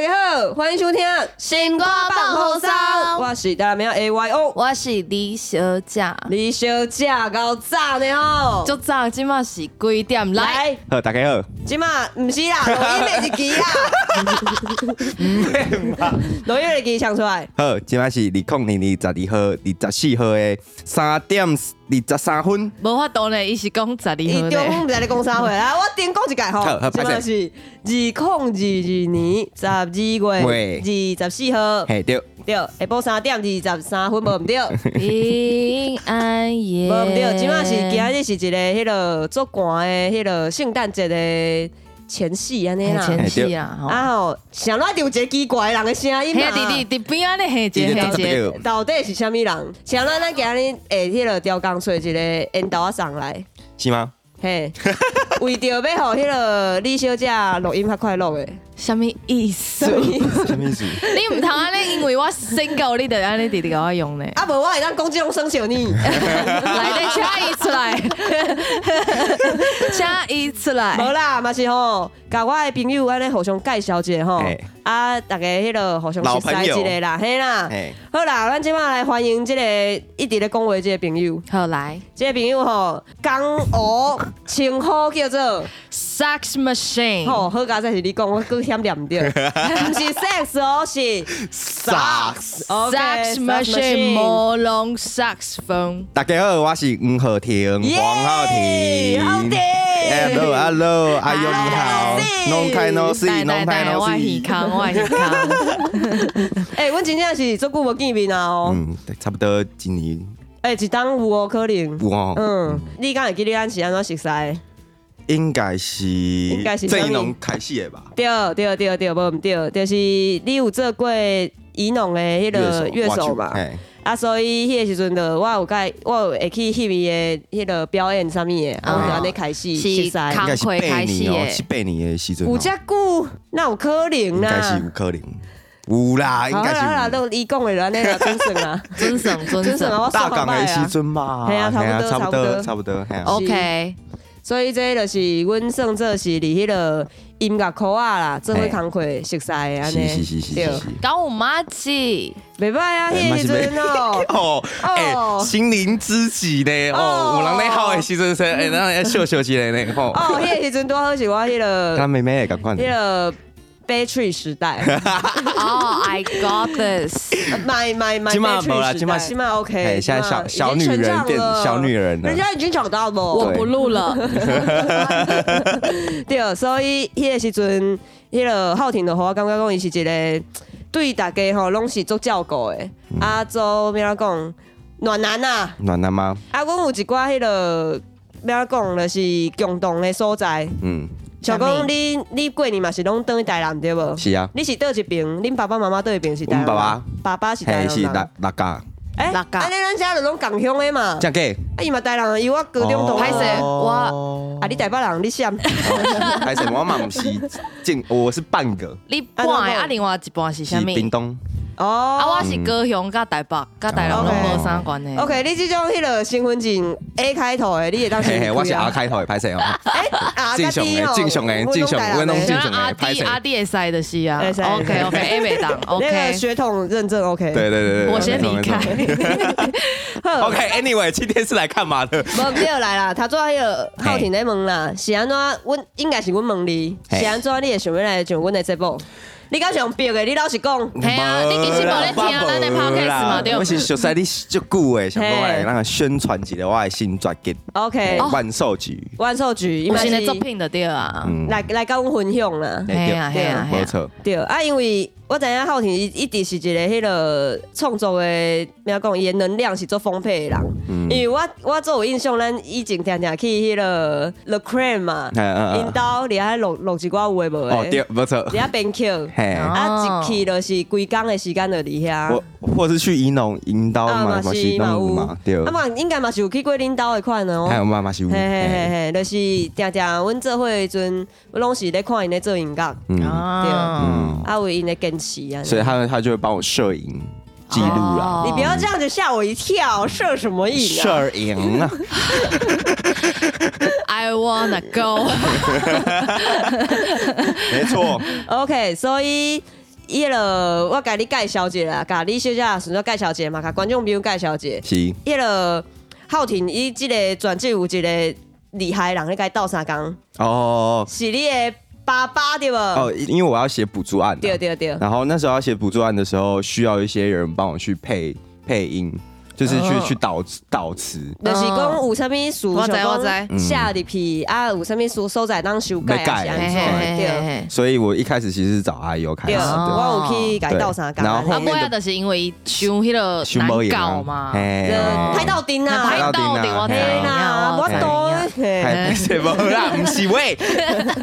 家好，欢迎收听《新歌放后生，我是大名 A Y O 我是李小姐，李小姐搞炸的哦。就早即嘛是几点来？来，好，大家好。即马唔是啦，录音的日啊期啦， 录音的日期唱出来。好，今晚是二零二二十二号、二十四号的三点二十三分。无法度呢，伊是讲十二伊号中午呢。毋知咧讲啥话啦，我顶讲一届好吼，好即马抱是二零二二年十二月二十四号，嘿，对，对，下晡三点二十三分无毋对。平安夜，无毋对，即满是今日是一个迄落足寒的迄落圣诞节的前戏安尼嘿啦。前戏啦。吼啊吼，上来就有一个奇怪的人的声音嘿嘛啊，。弟弟，伫边啊咧，嘿姐嘿姐，对，到底是啥物人？像咱咱今日下迄落雕工做一个烟斗啊上来，是吗？ 嘿，为着要互迄落李小姐录音较快乐 的，什么意思？所以。什么意思？你毋通安尼，因为我先到你就安尼直直甲我用呢 啊无我会当讲即种生肖呢。来，你请伊出 来，请伊出无哎来。啦，嘛是吼，甲我的朋友安尼互相介绍一下吼嘿，啊，逐个迄落互相哎老熟朋悉友哎一下啦，嘿啦。嘿，好啦，咱即马来欢迎即、个一直咧讲话即个朋友，好来即、个朋友吼，江湖称呼叫 做， ，Sex Machine，吼、好佳哉是你讲，我佫嫌念毋 对，毋是 sex 哦，是萨克斯 OK, Sax sax machine machine，魔龙 saxophone。大家好，我是黄浩庭，耶黄浩浩庭庭。 Hello，Hello，阿友你好嗨，弄开弄死，对弄对开对，我弄耳死。康，我耳康。诶、阮真正是足久无见面啊哦，嗯，对差不多今年诶、一当有哦可能，哇，嗯，你敢会记得咱是安怎熟识的？应该是应该是什么郑一龙开始的吧？对对对对，无毋对，就是你有做过伊农的迄个乐手嘛，嘿啊，所以迄个时阵的我有甲我有会去翕伊的迄个表演啥物的，啊，我就安尼开始是识识。应该哦是工会八开始年哦，的是八年的时阵哦。有遮久，那有可能应该是啦有。可能，有啦，应好该啦是好啦，有。都伊讲的就安尼啦，准算啦， 尊神尊准算啦，神。我 大算港的时阵嘛，嘿啊差不多嘿差不多，差差不多，嘿啊哦 OK，所以这就是阮算这是伫迄个音乐科啊啦，做伙工课熟识的安是是尼，是是对是是。搞我妈子，袂歹啊，迄嘛个时是袂。阵哦哦，哦哎，心灵知己呢，哦哦，有人咧好的时阵说，哎，咱要秀秀一下呢，吼，哦，迄个时阵拄好是我迄咱 个妹妹也赶快，迄个 Battery 时代， 哦，I got this。买买买今嘛 Battery 没啦时今嘛代，是今嘛 OK，哎，现在今嘛小已经小女成人长变了小女人了人，家已经长大了，我不录了， 对，所以迄个时阵，迄个浩庭的话，我感觉讲伊是一个对大家吼拢是做照顾的，嗯啊，做咩啊讲暖男啊，暖男吗？啊，阮有一寡迄个咩啊讲，就是共同的所在，嗯，像啥讲物你你过年嘛是拢等于台南对无？是啊，你是倒一边，恁爸爸妈妈倒一边是台南人？阮爸爸爸，爸是台嘿南是人。啊大大家，哎，六甲安尼咱遮就拢共乡的嘛，这样哦给，啊伊嘛台南人，伊我高中同歹势学，我啊你台北人，你想？ 拍谁？我嘛不是进，我是半个，你半的啊，另外一半是啥是物？冰冻，啊，哦我是高雄甲台北甲台南哦拢无啥关系。 ，OK，你即种迄落身份证 A 开头的，你会当嘿嘿，先我是 R 开头的，拍谁哦？哎，啊正常的正常的正常的我拢像正常阿的歹弟势阿弟会使的是啊会使，OK OK A 袂 当那个 OK，血统认证 OK，对对对对，我先离开。 好 OK，Anyway，、今天是来干嘛的？无毋对来啦，头拄仔迄个浩庭咧问啦，是安怎？阮应该是阮问你，嘿是安怎？你会想要来上阮的节目？你敢想逼的？你老实讲，嘿啊你其实无咧听咱的 podcast 嘛对我是熟悉你足久诶，想讲嘿来那个宣传一下我的新专辑 OK， 《万寿局万寿局，伊有嘛哦新是的作品就对啊。来来甲阮分享啦》。嘿。嘿啊嘿啊嗯对嘿没啊。错，对啊，因为我知影浩庭伊一直是一个迄落创作的，咩讲伊的能量是做丰沛的人。嗯因为我我做有印象，咱以前定定去迄落 The Cream 嘛，嗯嗯嗯因兜啊伫遐录录一寡有诶无哦对诶，，没错伫，遐边曲，哦嘿。啊一去就是规工的时间就伫遐我。或是去银农引导啊，嘛，嘛是嘛弄有嘛，对，，啊嘛应该嘛是有去过恁兜的款的哦还。有嘛嘛嗯是有，嘿嘿嘿嘿嘿，就是定定阮做伙的时阵，我拢是咧看因咧做音乐，嗯，啊，啊为因咧坚持啊。所以他他就会帮我摄影记录啦，哦你不要这样子吓我一跳，摄什么影啊？摄影啊， I wanna go。没错， OK，所以迄落我甲你介绍一下，甲你小姐的时阵介绍一下嘛，甲观众朋友介绍一下。是迄落浩廷伊即个转职有一个厉害的人，你甲伊斗相共，哦是你的爸爸对无？哦，因因为我要写补助案、啊，嗯对对对，然后那时候要写补助案的时候，需要一些人帮我去配配音，就是去、哦去导导词，就是讲有啥物事，我知想讲我知下入去啊，有啥物事所在当修改啊，是安要改怎嘿的嘿嘿对嘿所以我一开始其实是找阿优开对，啊始哦的。我有去改斗相共。对然后啊，后面尾的啊，就是因为想迄落想不难赢搞啊嘛，嘿呃哦拍到顶那啊，拍歹到顶啊到底我嘿啊知啊，我我懂懂， 嘿， 还不是不啦，不 是喂，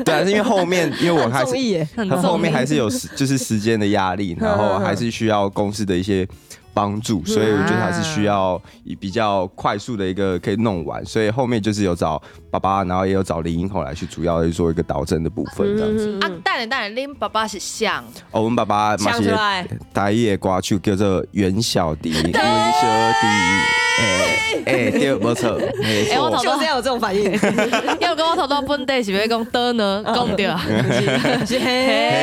对啊，是因为后面因为我开很嗯始中意耶，很后面重还是 有时就是时间的压力，然后还是需要公司的一些帮嗯助，所以我觉得还是需要以比较快速的一个可以弄完，所以后面就是有找爸爸，然后也有找林英红来去主要去做一个导正的部分这样嗯子。啊，等下等下，恁爸爸是像哦，我们爸爸嘛唱出是来，台语的歌曲叫做袁小迪，袁小迪，哎哎对，没错，没哎我错头。就是要有这种反应， 要跟我头到本地是要讲的呢，讲对啊。是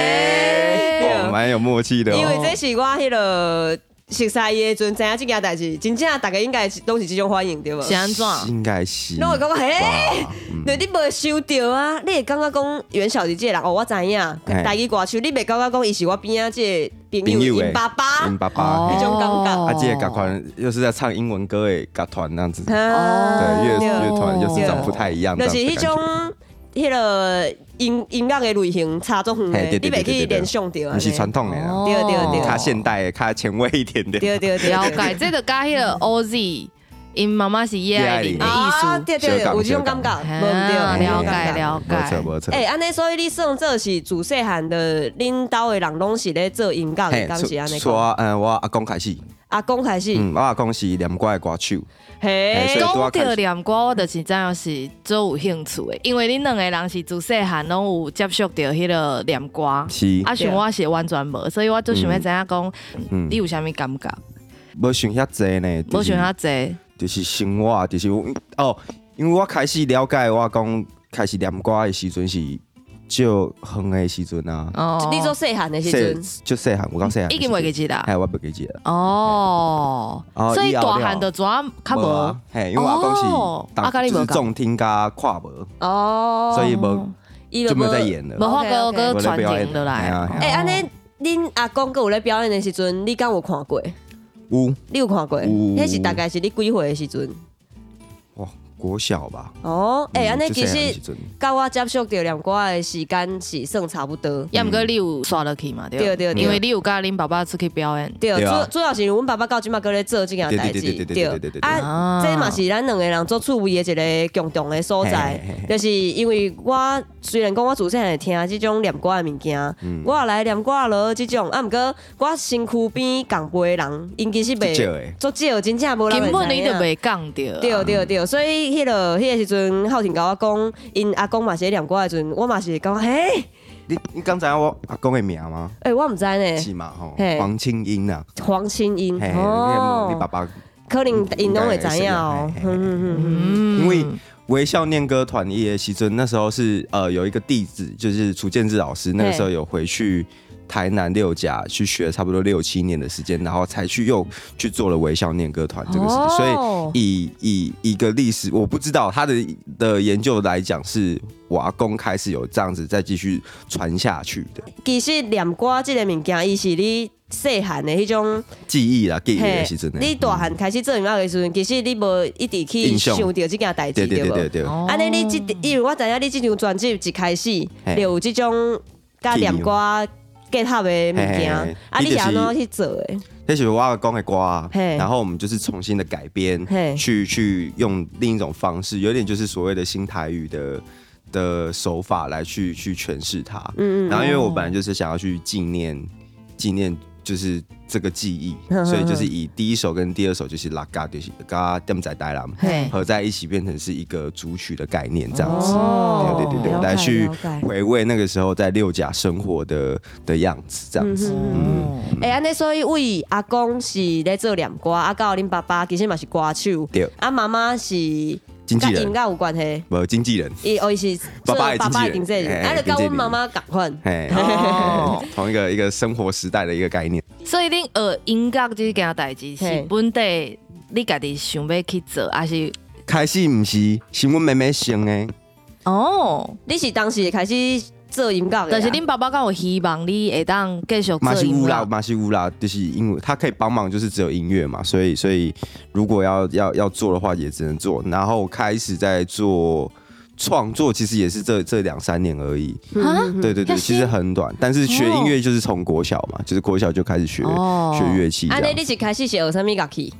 嘿哦，蛮有默契的因为哦。这是我迄落熟悉伊的阵，知影即件代志，真正大家应该是拢是即种反应对无？是安怎？应该是吧。拢会感觉嘿，对你无想到啊，你会感觉讲袁小姐这个人哦，我知影，嘿台语歌手，你袂感觉讲伊是我边仔这个朋朋友友的因爸爸哦因。爸哦爸，那种感觉啊，这个乐团又是在唱英文歌诶，乐团那样子，对，啊乐对乐团又是长不太一样，就是迄这种样子的感觉迄落音音乐的类型差足远嘿的，你对对袂对去对对联想到啊不。是传统的哦对啦，对对它现代的，它前卫一点点，对对对，了对解，这就甲迄个 OZ，因妈妈是叶爱玲的意啊，思。对对对，小港有这种小感港觉，无毋啊对，了有这种感解觉了没错解。没错。诶，安尼所以你算这是自细汉的，恁兜的人拢是咧做音乐的，当时安尼说讲。嗯，我阿公开始，阿公开始，嗯，我阿公是念歌的歌手，嘿嘿，所以讲到念歌，我就是真的是最有兴趣的，因为恁两个人是自细汉拢有接触到迄个念歌，啊，是，像我是完全无，所以我就想要知影讲，嗯你，有啥物感觉？无想遐济呢，无就是想遐济，就是生活，就是我哦，因为我开始了解我讲开始念歌的时阵是就很的时阵啊，哦你做细汉的时细阵，就细汉，我讲细汉的时已候，经袂记起啦。哎，我不记得了。哦，哦所以以后大了汉就怎啊较没无啊？嘿，因为我阿哦公是啊跟当你就是无重听加跨无，哦，所以无伊就没有在。演无了。法哥 OK，OK 哥传承落来哦没得表演哎呀诶，哎呀。安尼恁阿公佮有咧表演的时阵，你敢有看过？有你有看过？有迄是大概是你几岁的时阵？哇，国小吧？哦，诶，嗯安尼就其细汉的实时阵甲我接触到两歌的时间是算差不多。要毋过你有刷落去嘛？对对对对因为你有甲恁爸爸出去表演。对，对啊主主要是阮爸爸到即马搁咧做即件代志，对对对对对对对对对啊，啊这嘛是咱两个人做趣味的一个共同的所在嘿嘿，嘿就是因为我虽然讲我自细汉会听即种念歌的物件，嗯我也来念歌咯即种，啊，毋过我身躯边共辈的人，因其实袂足少的足少，真正无人根本会你知就影袂讲着，啊对对对，所以迄落迄个时阵，浩廷甲我讲，因阿公嘛是咧念歌的时阵，我嘛是讲，嘿，你你刚才我阿公的名吗？诶，我毋知呢，是嘛吼嘿，黄清英啊，黄清英嘿，你哦问，你爸爸，可能因拢会知影哦应该会是啊嘿嘿，嘿嗯嗯嗯因为微笑念歌团一的时阵，那时候是呃有一个弟子，就是楚建志老师，那个时候有回去。台南六甲去学差不多六七年的时间，然后才去又去做了微笑念歌团这个事情，所以哦以以一个历史，我不知道他的的研究来讲，是我阿公开始有这样子再继续传下去的其实念歌即个物件，伊是你细汉的迄种，记忆啦，记忆也是真的。你大汉开始做音乐的时阵，其实你无一直去印象想到即件代对志，对对无对？对，哦，安尼你即，因为我知影你即张专辑一开始嘿就有即种甲念歌结合的物件，嘿嘿嘿啊，你你是安就是怎去做的？那是我阿公的歌啊，嘿然后我们就是重新的改编嘿，去去用另一种方式，有点就是所谓的新台语的。的手法来去去诠释它，嗯嗯，然后因为我本来就是想要去纪念纪念，就是这个记忆，呵呵所以就是以第一首跟第二首就是拉嘎就是嘎dem 仔呆啦，嘿合在一起变成是一个主曲的概念这样子，哦对对对了对，解来去了解回味那个时候在六甲生活的的样子这样子，嗯诶，哎安尼所以为阿公是咧做念歌，啊，到恁爸爸其实嘛是歌手对，啊，妈妈是经纪甲人音，乐有关系。不经纪人，伊哦，伊是爸爸的爸爸的经经纪纪人人，嘿啊，就跟经纪阮人妈妈共款。嘿，哦同一个一个生活时代的一个概念。所以恁学音乐这件代志是嘿本地你家己想要去做，还是开始毋是是阮妹妹生的，哦？你是当时开始做音乐的啊，但是恁爸爸敢有希望你会当继续马做西音乐乌啦，马西乌啦，就是因为他可以帮忙，就是只有音乐嘛，所以所以如果要要要做的话，也只能做。然后开始在做创作，其实也是这这两三年而已。啊？对对那对，是其实很短，但是学音乐就是从国小哦嘛，就是国小就开始学、哦学乐器这安尼样，啊你是开始学啥物乐器？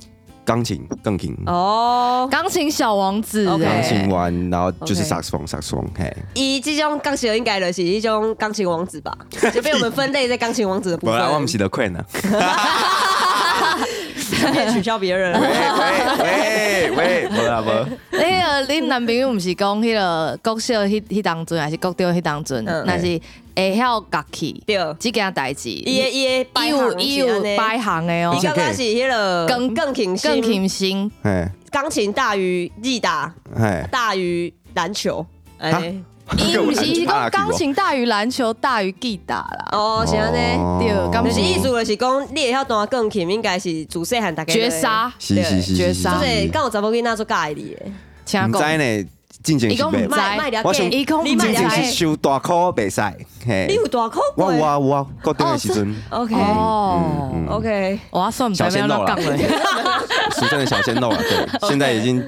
钢琴、钢琴、哦，钢琴小王子、 OK 钢欸，琴玩，然后就是 OK 萨克斯风、萨克斯风，嘿，伊这种钢琴应该就是一种钢琴王子 吧，就被我们分类在钢琴王子的部本 分。来我 们是的 Queen 啊，顺便取笑别人喂了。喂喂喂，无啦无。你个哎恁男朋友毋是讲迄个国小迄迄当阵，还是国中迄当阵，嗯若是会晓乐器，对，即件代志，伊的伊的伊排有行伊有排，摆行的哦伊，刚刚是迄个钢钢琴钢钢琴琴星嘿，钢琴大于吉他嘿，大于篮球，哎，伊毋是伊是讲大钢球琴大于篮球大于吉他啦，哦，是安尼。哦对感就是情意思就是讲，你会晓弹钢琴，应该是自细汉大家就会绝，杀，是是是绝是杀就是是敢有查某囡仔做介意你的，请唔知讲。呢，进前伊是讲毋袂知，卖卖了我想假伊讲你毋卖进了前假是收大考袂使，你嘿有，大哭我过？有啊有啊，高中的时阵， ，OK 哦嗯嗯嗯嗯 OK，我哦算毋知要怎么讲嘞，俗称的小鲜肉 啊，对，现在已经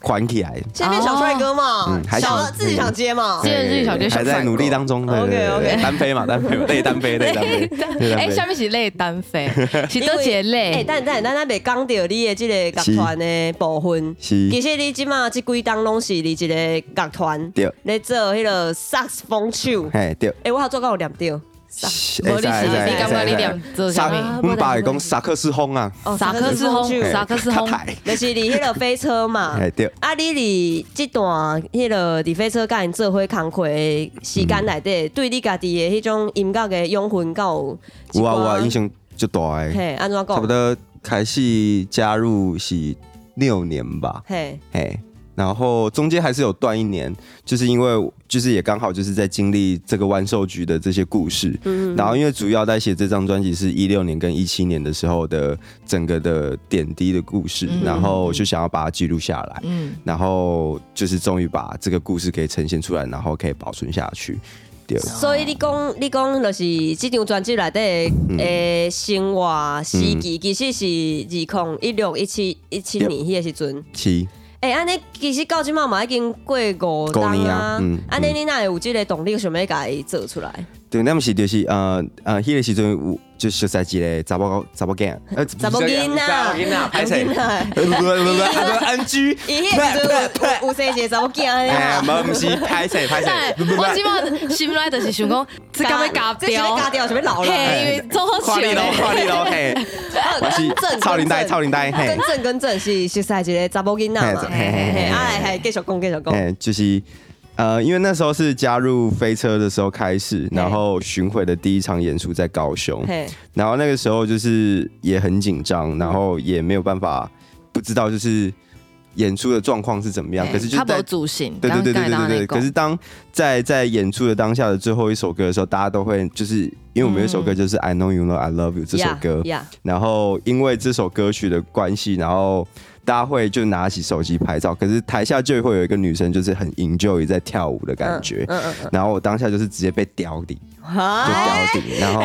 管起来，现在变小帅哥嘛嗯，还行哦小自己想接嘛嗯，现在是小鲜肉还在努力当中，对对 OK，OK 对，单飞嘛，单飞嘛，对单飞，对单飞， 对哎，单下飞。面是类单 飞，是多一个哎，类，但但咱咱袂讲到你的这个乐团的部分。是其实你即马即几档拢是你一个乐团对，咧做迄个萨克斯风手。嘿， 对，哎，我有做到有念到。是哎无你是会使你感觉你会使念做啥萨物？我们爸会讲萨克斯风啊，哦萨克斯风萨克斯萨克斯风手风较歹就是你迄个飞车 嘛嘿，对啊，你伫即段迄个伫飞车甲因做伙工课的时嗯间内底，对你家己的迄种音乐的养分，敢有一有啊有啊，寡影响就大诶。嘿，安怎差不讲？多开始加入是六年吧，嘿，嘿，然后中间还是有断一年，就是因为就是也刚好就是在经历这个万寿局的这些故事，然后因为主要在写这张专辑是一六年跟一七年的时候的整个的点滴的故事，然后就想要把它记录下来，嗯，然后就是终于把这个故事给呈现出来，然后可以保存下去。对，所以你讲，你讲，就是即张专辑内底嗯诶生活时期，其实是二零一六、一七、一七年迄个时阵。七诶，安尼其实到即满嘛已经过五五冬年啊啊嗯，安尼你哪会有即个动力想要甲伊做出来？对，那么是就是呃呃，迄个时阵有就熟悉一个查某查某囝，呃，查某囡仔查某囡仔，歹势， 不不不不，NG，伊迄个时阵有有有生一个查某囝安尼哎，啊，无，毋是歹势歹势，不不哎我即满心内就是想讲， 这敢要加这想要加掉？掉，想要老嘿，了，呃因为做好笑跨哎你咯的。跨你咯， 嘿，哎我是超龄带超龄带，嘿跟，正跟正是熟悉一个查某囡仔嘛，嘿嘿嘿嘿，哎嘿，继续讲继续讲，哎，就是。呃，因为那时候是加入飞车的时候开始，然后巡回的第一场演出在高雄，嘿，然后那个时候就是也很紧嗯张，然后也没有办法，不知道就是演出的状况是怎么样。可是就他是在无主性，对对对对刚对刚才对，你讲可是当在在演出的当下的最后一首歌的时候，大家都会就是因为我们有一首嗯歌就是 I Know You Know I Love You 这首歌，呀，然后因为这首歌曲的关系，然后大家会就拿起手机拍照，可是台下就会有一个女生就是很 enjoy 在跳舞的感觉，嗯嗯嗯然后我当下就是直接被屌底，就哎，屌底，然后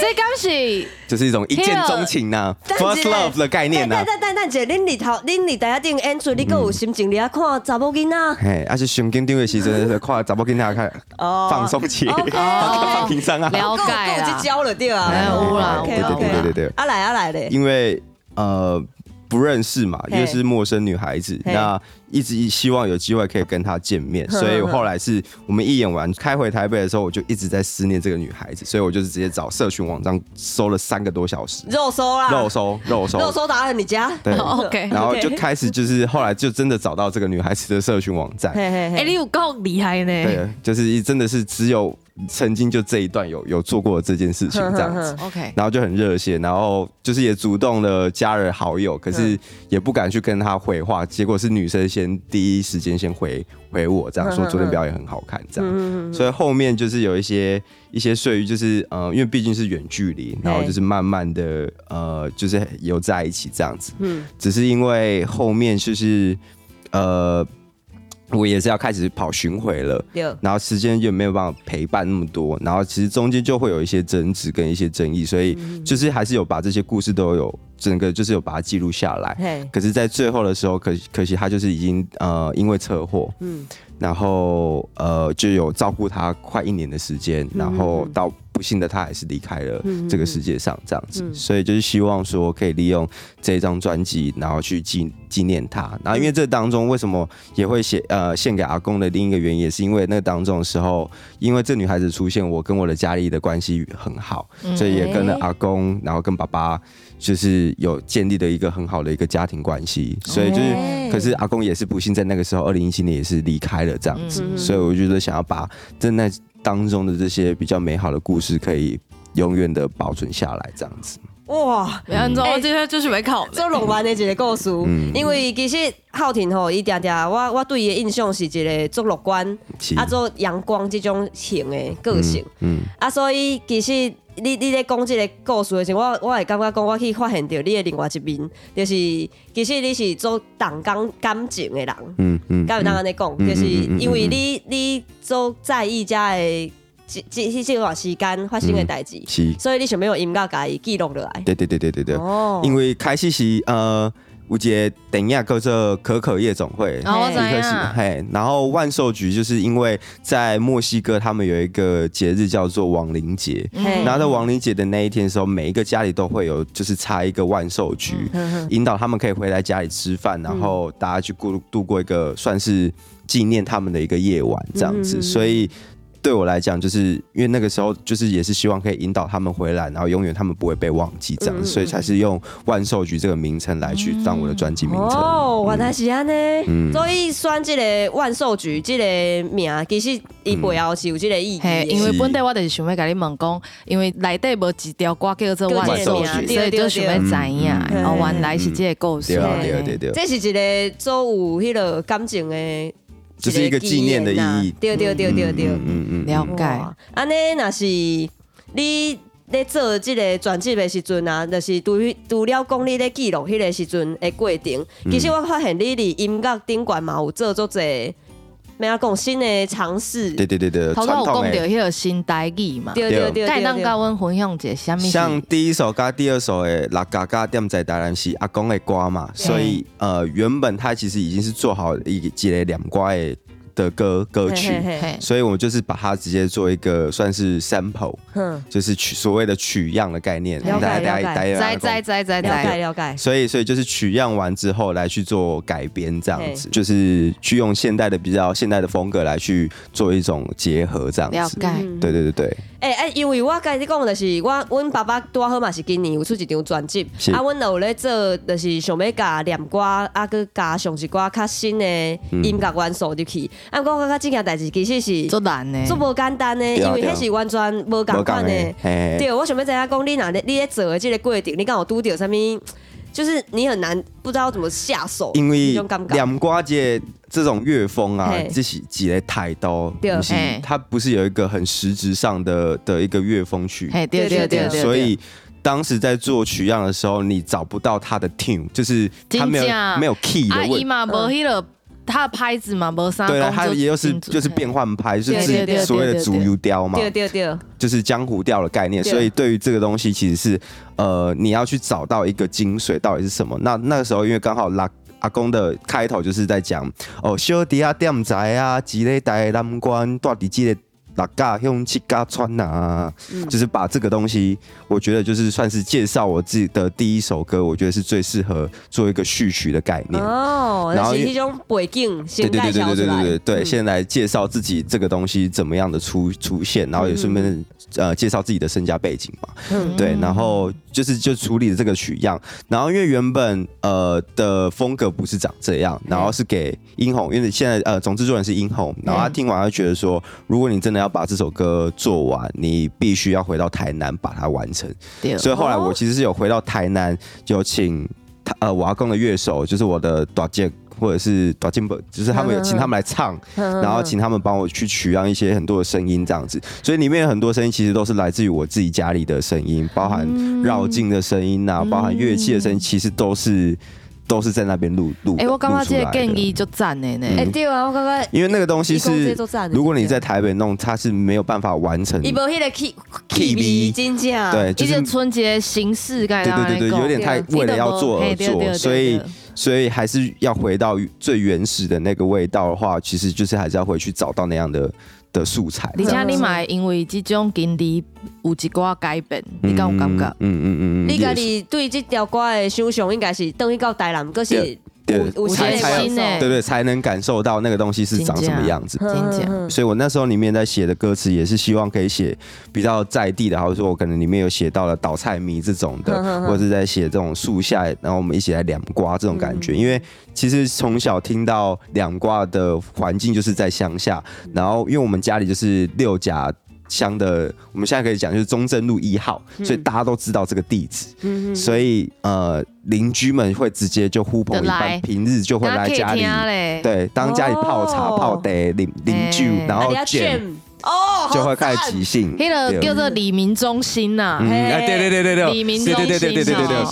这敢是就是一种一见钟情呐、但 f i r s 是 t love 的概念呐、啊嗯但但但但姐，恁里头恁里台下顶演出，你搁有心情你啊看查某囡仔，嘿，啊而且熊跟定位时阵，看查某囡仔看哦放松起， OK，OK 放平常啊。哎了解够有啦去，交了对啊，对对对对对对，啊来啊来嘞，因为呃不认识嘛，嘿又是陌生女孩子，嘿那一直希望有机会可以跟她见面，哼所以我后来是我们一演完开回台北的时候，我就一直在思念这个女孩子，所以我就是直接找社群网站搜了三个多小时，肉收啦，肉搜肉搜肉收达人你家， 对。啊哦 OK 然后就 OK 开始，就是后来就真的找到这个女孩子的社群网站，哎嘿嘿嘿啊哎，你有够厉害呢，对，就是一真的是只有曾经就这一段有有做过这件事情这样子。 OK，然后就很热血，然后就是也主动了加了好友，可是也不敢去跟他回话，结果是女生先第一时间先回回我，这样说昨天表演很好看，这样，所以后面就是有一些一些碎语，就是呃，因为毕竟是远距离，然后就是慢慢的呃，就是有在一起这样子，嗯，只是因为后面就是呃。我也是要开始跑巡回了，对然后时间就没有办法陪伴那么多，然后其实中间就会有一些争执跟一些争议，所以嗯就是还是有把这些故事都有整个就是有把它记录下来。嘿，可是，在最后的时候，可可惜他就是已经呃因为车祸，嗯，然后呃就有照顾他快一年的时间，然后嗯到不幸的他还是离开了这个世界上这样嗯子，所以就是希望说可以利用这一张专辑，然后去纪纪念他。然后嗯因为这当中为什么也会写呃献给阿公的另一个原因，也是因为那当中的时候，因为这女孩子出现，我跟我的家里的关系很好，嗯所以也跟了阿公，然后跟爸爸就是有建立了一个很好的一个家庭关系，所以就是。哎可是阿公也是不幸在那个时候，二零一七年也是离开了这样子，嗯所以我觉得想要把在那当中的这些比较美好的故事，可以永远的保存下来这样子。哇，没安哎我这个就是没考哎的。做浪漫的一个故事，嗯因为其实浩廷吼，伊定定我我对伊的印象是一个做乐观，是啊做阳光这种型的个性，嗯，啊所以其实。你你咧讲即个故事的时候，我我会感觉讲，我去发现到你的另外一面，就是其实你是做动感感情的人，嗯嗯敢有当嗯，安尼讲，嗯就是嗯嗯嗯因为你你做在意遮的即即即段时间发生嗯的代志，是，所以你想要用音乐甲伊记录落来。对对对对对对，哦因为开始是呃，有一个电影叫做《可可夜总会》，然后我怎啊一颗星样？嘿，然后万寿局就是因为在墨西哥，他们有一个节日叫做亡灵节，嘿嗯然后在亡灵节的那一天的时候，每一个家里都会有就是插一个万寿菊，嗯引导他们可以回来家里吃饭，然后大家去过度过一个算是纪念他们的一个夜晚这样嗯子，所以。对我来讲，就是因为那个时候，就是也是希望可以引导他们回来，然后永远他们不会被忘记，这嗯样，所以才是用万寿菊这个名称来去当我的专辑名称。嗯哦，原来是安尼，啊所以选即个万寿菊即个名，其实伊背后是有即个意义嘿，因的。为本地我就是想要甲你问讲，因为内底无一条歌叫做《万寿叫菊个一》，名所以就想要知影对对对哦，原来是这个故事。嗯对啊，对啊，嘿对啊对啊，这是一个做有迄落感情的，就是一个纪念的意义。对对对对对。嗯嗯了解。哇安尼若是你咧做即个转职的时阵啊，就是除除了讲你咧记录迄个时阵的过程，嗯其实我发现你伫音乐顶悬嘛有做做者，咩啊讲新的尝试，对对对嗯对，头传先有讲统到的。迄个新台语嘛，对对对该对当对甲阮分享者虾米？像第一首跟第二首的《拉嘎嘎店在台南》是阿公的歌嘛，所以呃，原本他其实已经是做好一个一个两瓜的的歌歌曲，嘿嘿嘿嘿所以我们就是把它直接做一个算是 sample，哼，就是取所谓的取样的概念，了解了解哎知知知知了解知，了解，所以，所以就是取样完之后来去做改编，这样子，嘿就是去用现代的比较现代的风格来去做一种结合，这样了子。解。嗯对对对对，诶、欸、因为我甲你讲，就是我阮爸爸拄好嘛是今年有出一张专辑，是啊，阮有咧做，就是想要甲念歌，啊，佮加上一寡较新的嗯音乐元素入去。啊，不过我感觉即件代志其实做是难呢，足无简单诶，嗯对因啊为对啊迄是完全无共款诶。嘿嘿对，我想要知影讲，你若咧你咧做诶即个过程，你敢有拄着啥物？就是你很难不知道怎么下手，因那为种感觉，两瓜节这种乐风啊嘿，这是几来台刀，对不是嘿它不是有一个很实质上的呃的一个乐风曲，嘿，对对对对，所以。当时在做取样的时候，你找不到它的 tune，就是它没有真啊的没有 key 的阿问姨题。嘛，无迄个他的拍子嘛，无啥对了，讲它就也又是清楚就是变嘿换拍，就对对是对所谓的对对主对流雕嘛，对对对，就是江湖调的概念，对所以对于这个东西其实是呃，你要去找到一个精髓到底是什么。那那个时候因为刚好拉。阿公的开头就是在讲哦，小弟啊，店仔啊，一个台南关，到底这个六甲乡七甲川啊，就是把这个东西，我觉得就是算是介绍我自己的第一首歌，我觉得是最适合做一个序曲的概念。哦，然那后是因迄种背景对先对介对对绍对出对来嗯对。对对，先来嗯介绍自己这个东西怎么样的出出现，然后也顺便呃介绍自己的身家背景嘛。嗯对，然后就是就处理了这个取样，然后因为原本呃的风格不是长这样，然后是给殷红，因为现在呃总制作人是殷红，然后他听完他觉得说，如果你真的要要把这首歌做完，你必须要回到台南把它完成。对，所以后来哦我其实是有回到台南，有请他呃我阿公的乐手，就是我的短剑或者是短剑本，就是他们嗯有请他们来唱，然后请他们帮我去取样一些很多的声音这样子。所以里面有很多声音其实都是来自于我自己家里的声音，包含嗯绕境的声音呐、包含乐器的声音，其实都是都是在那边录录。哎、我感觉这个录出来的建议就赞的呢。哎、对啊，我感觉因为那个东西你讲这是都赞，的嗯如果你真的在台北弄，它是没有办法完成。伊无对，迄个气气气味味，真正就一是个春节形式该对让对对对，有点太为了要做而做，所以嗯所以还是要回到最原始的那个味道的话，其实就是还是要回去找到那样的的素材。而这且样子你嘛，因为这种经历有一寡改变，你敢有感觉？嗯嗯嗯嗯，你家己对这条歌的想象应该是等于到台南，可是对有有才些才啊新的对对，才能感受到那个东西是长什么样子。嗯真正所以我那时候里面在写的歌词也是希望可以写比较在地的，好比说我可能里面有写到了倒菜迷这种的，或者是在写这种树下，然后我们一起来两瓜这种感觉。因为其实从小听到两瓜的环境就是在乡下，然后因为我们家里就是六甲。乡的，我们现在可以讲就是中正路一号，所以大家都知道这个地址，所以呃，邻居们会直接就呼朋就引来伴，平日就会大家来可以家里，听啊嘞，对，当家里泡茶、哦泡茶、淋淋酒，哎然啊后你要卷 jam 哦，就会开看始即兴。迄个对叫做李明中心啊呐嗯，，哎，对对对对对，李明对对对对对对中对心是哦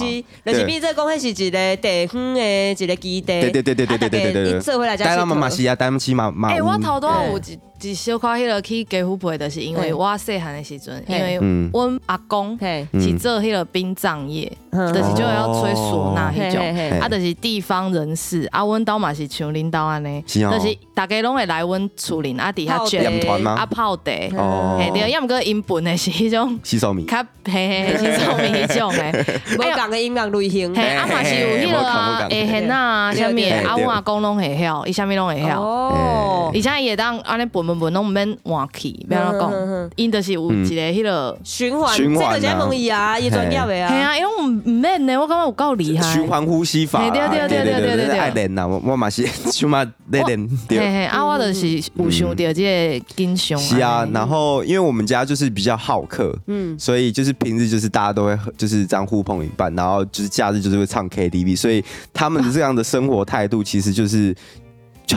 对是，就是变做讲，迄是一个地方的一个基地，对对对对对对对对对对做回来对，带才到妈妈西亚，带妈西妈妈。哎，我头拄嗯有一一小可迄个去家父陪，就是因为嘿我细汉的时阵，因嘿为嗯阮阿公嘿，嗯是做迄个殡葬业，嗯就是就要吹唢哦呐嘿迄嘿种。嘿啊，就是地方人士，啊，阮兜嘛是像恁兜安尼，是哦就是大家拢会来阮厝里啊，底下泡卷茶两团吗啊泡茶，哦嘿对，要毋过因本的是迄种洗手米，较嘿嘿嘿是种迄种诶，无共的音乐类型，嘿啊嘛是有迄嘿嘿嘿个啊会hen 我懂我懂啊，对啥物的，对对啊对阮阿公拢会晓，伊啥物拢会晓。哦嘿而，且伊会当安尼分分分拢毋免换去，要安怎嗯嗯嗯讲嗯？因就是有一个迄落，循环，循环啊这个在问伊啊，伊专业的系啊，啊，因为毋毋免呢，我感觉有够厉害。循环呼吸法哎啦。嘿哎对对对对对对对爱练啊呐，我 我嘛是起码在练嘿对。嘿，啊，我就是有想到这个金熊。是啊，然后因为我们家就是比较好客，嗯，所以就是平日就是大家都会喝就是这样呼朋引伴，然后就是假日就是会唱 KTV，所以他们的这样的生活态度其实就是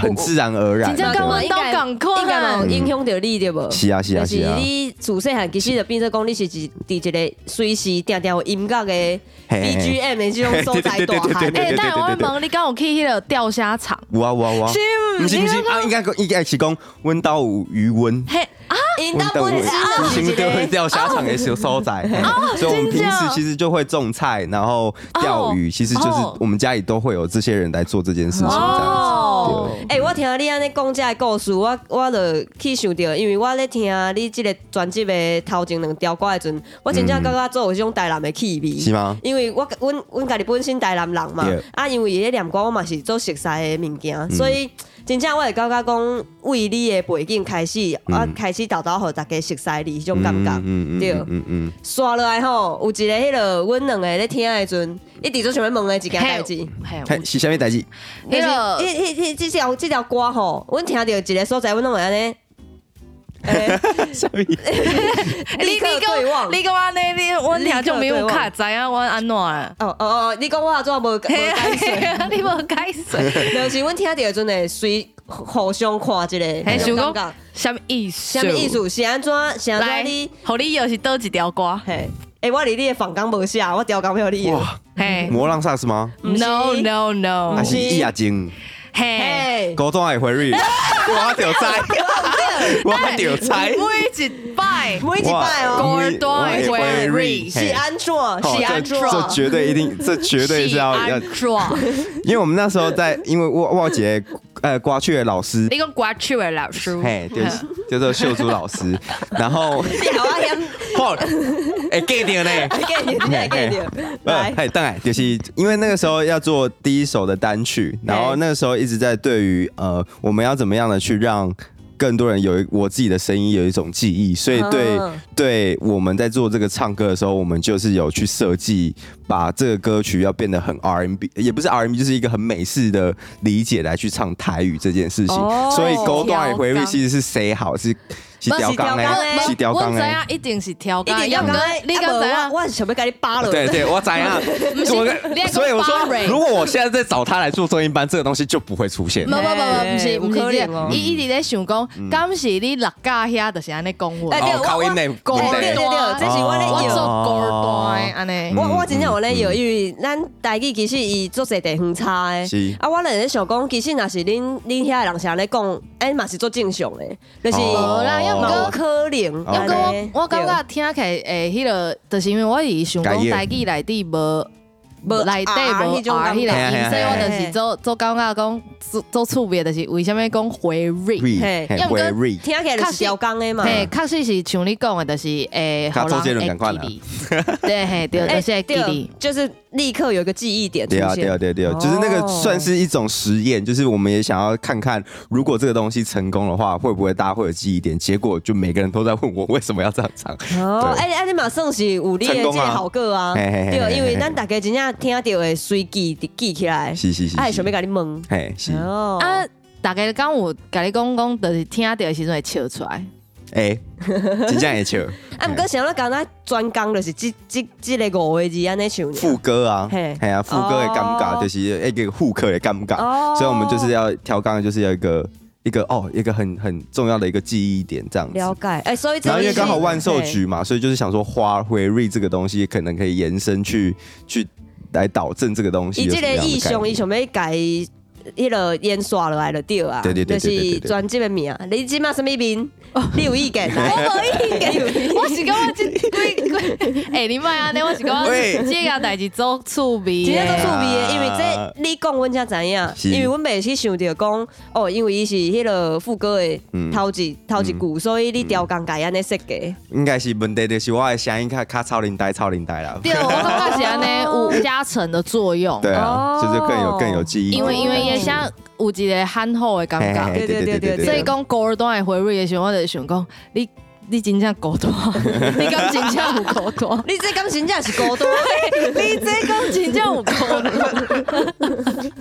很自然而然真正跟的。阮兜共应该嘛有款。影响到你对无？是啊是啊就是啊是，你自细汉其实就变做讲你是一伫一个随时定定有音乐的嘿嘿 BGM 的这种所在大汉对对对对对哎，对但我问你，敢有去迄个钓虾场？哇哇哇！是不是不是啊，应该讲应该是讲温到有余温。嘿，因当本身就是啊一心个对钓虾场也是有收窄，嘿所以我们平时其实就会种菜，然后钓鱼，哦其实就是哦我们家里都会有这些人来做这件事情，这样哦，哎、我听你安尼讲这个故事，我我就去想到，因为我咧听你这个专辑的头前两条歌的阵，我真正感觉做有这种台南的气味。子嗯是吗？因为我阮阮家己本身台南人嘛 Yeah，啊，因为伊咧念歌，我嘛是做熟悉的物嗯件，所以真正我会感觉讲，为你的背景开始，我开始豆豆互大家熟悉你迄种感觉，对。嗯嗯嗯，刷落来吼，有一个迄落，阮两个咧听的阵，一直做想要问的一件代志嘿。，嘿嘿，是下面代志，迄迄个迄迄即条即条歌吼，阮听到一个所在，阮拢会安尼。欸下面你立你刻对讲望你讲安尼，你我听众朋友较知影我安怎啊？哦哦哦，你讲我阿做无无嘿 解释，啊，你无解释，就是阮听到的阵会随互相看一个，嘿，那想种感讲觉，什么意思？什么意？思？是安怎？是安来怎你？，互你又是倒一条歌？嘿，诶，我离你的房间无写，我调岗票你的。 哇，嘿魔浪萨是吗？不是 No no 还 no！是易雅晶？嘿，嘿，高中还回瑞，我丢猜，我丢猜，每一摆每一摆哦，高中的回瑞是安怎？是安怎？哦这这绝对一定，这绝对是要要安，装，因为我们那时候在，因为沃沃姐呃瓜雀老师，你讲歌曲的老师，嘿，就是就是秀珠老师，然后你好啊，嫌后哎 g 点嘞。给你，你给你， 来，哎，当然就是因为那个时候要做第一首的单曲，然后那个时候一直在对于呃我们要怎么样的去让更多人有一我自己的声音有一种记忆，所以对、嗯对我们在做这个唱歌的时候，我们就是有去设计把这个歌曲要变得很 R N B，也不是 R N B，就是一个很美式的理解来去唱台语这件事情，哦所以勾断回调味刚其实是谁好是。是雕不是钢雕工诶，的是雕阮钢知诶。影一定是挑一工，定要啊要毋过讲，你敢知啊影不？我我想要跟你扒了。 对对，我怎样？是我你还讲所以我说芭蕾，如果我现在再找他来做中音班，这个东西就不会出现无。无无无，嘿毋是有毋是可这能哦样，伊一直咧想讲，敢是你六甲遐，就是安尼讲哎对话，哦，靠音内高哎端对对对，这是我咧我摇做高端安嗯尼。我我真正有咧摇，因为咱台语其实伊做侪地方差的。是啊，我咧想讲，其实若是恁恁遐人是安尼讲，哎嘛是做正常的，就是哦无啦，要毋嘛有过。可能。哦要安毋过尼我我感觉听起来诶，迄落，就是因为我是想改讲业台语内底无。无内底无 R 迄种 R 迄个感觉音，所以我就嘿嘿是做做感觉讲做做趣味，就是为什物讲回瑞？嘿 re 嘿要不跟 re 对听起来就是调工的嘛。嘿，确实是像你讲的，就是诶，跟互周杰伦人同会款啊记哩 对嘿，对，哎就是会记对哩。就是立刻有一个记忆点出对啊，对啊，现。对啊对啊，就是那个哦算是一种实验，就是我们也想要看看，如果这个东西成功的话，会不会大家会有记忆点？结果就每个人都在问我为什么要这样唱，哦，对哎，安尼嘛算是有你的成这功个啊好歌啊，嘿嘿嘿嘿对，嘿因为嘿咱大家真正听到会随记记起来，是是是，哎，是想要甲你问，嘿是，哦，啊，大概讲有甲你讲讲，就是听到的时阵会笑出来。哎，真正也笑，啊，毋过想到讲咱专工就是即即即个五个字安尼唱尔，副歌啊，嘿嘿啊，副歌的尴尬哦就是一个副歌的尴尬，哦所以我们就是要调刚，就是要一个一个哦，一个很很重要的一个记忆点这样子。了解，哎，所以这然后因为刚好是万寿菊嘛，所以就是想说花回瑞这个东西可能可以延伸去去来导正这个东西伊有即什个么样的概念。意向，伊想要改迄落烟刷落来就对啊，对对对就对对对是对专辑的名，你即嘛什么名？你有意 见？我无意见，我是讲我这鬼鬼， 哎，你莫安尼，我是讲喂这个代志做趣味真正都的。趣味的，因为这你讲阮才知是影，因为阮袂去想着讲哦，因为伊是迄落副歌的嗯头一头一句，所以你调工改安尼设计，应该是问题就是我的声音卡卡超龄呆超龄呆啦。对，我感觉是安 尼哦有加成的作用。对啊哦，就是更有更有记忆点。因为因为也像有一个憨厚的感嘿嘿觉，嘿对对对对，所以讲高端的回瑞的时候，我就想讲你。你真正高 端，你敢真正有高端 你这感情真正是孤单。 你这敢真正有高端。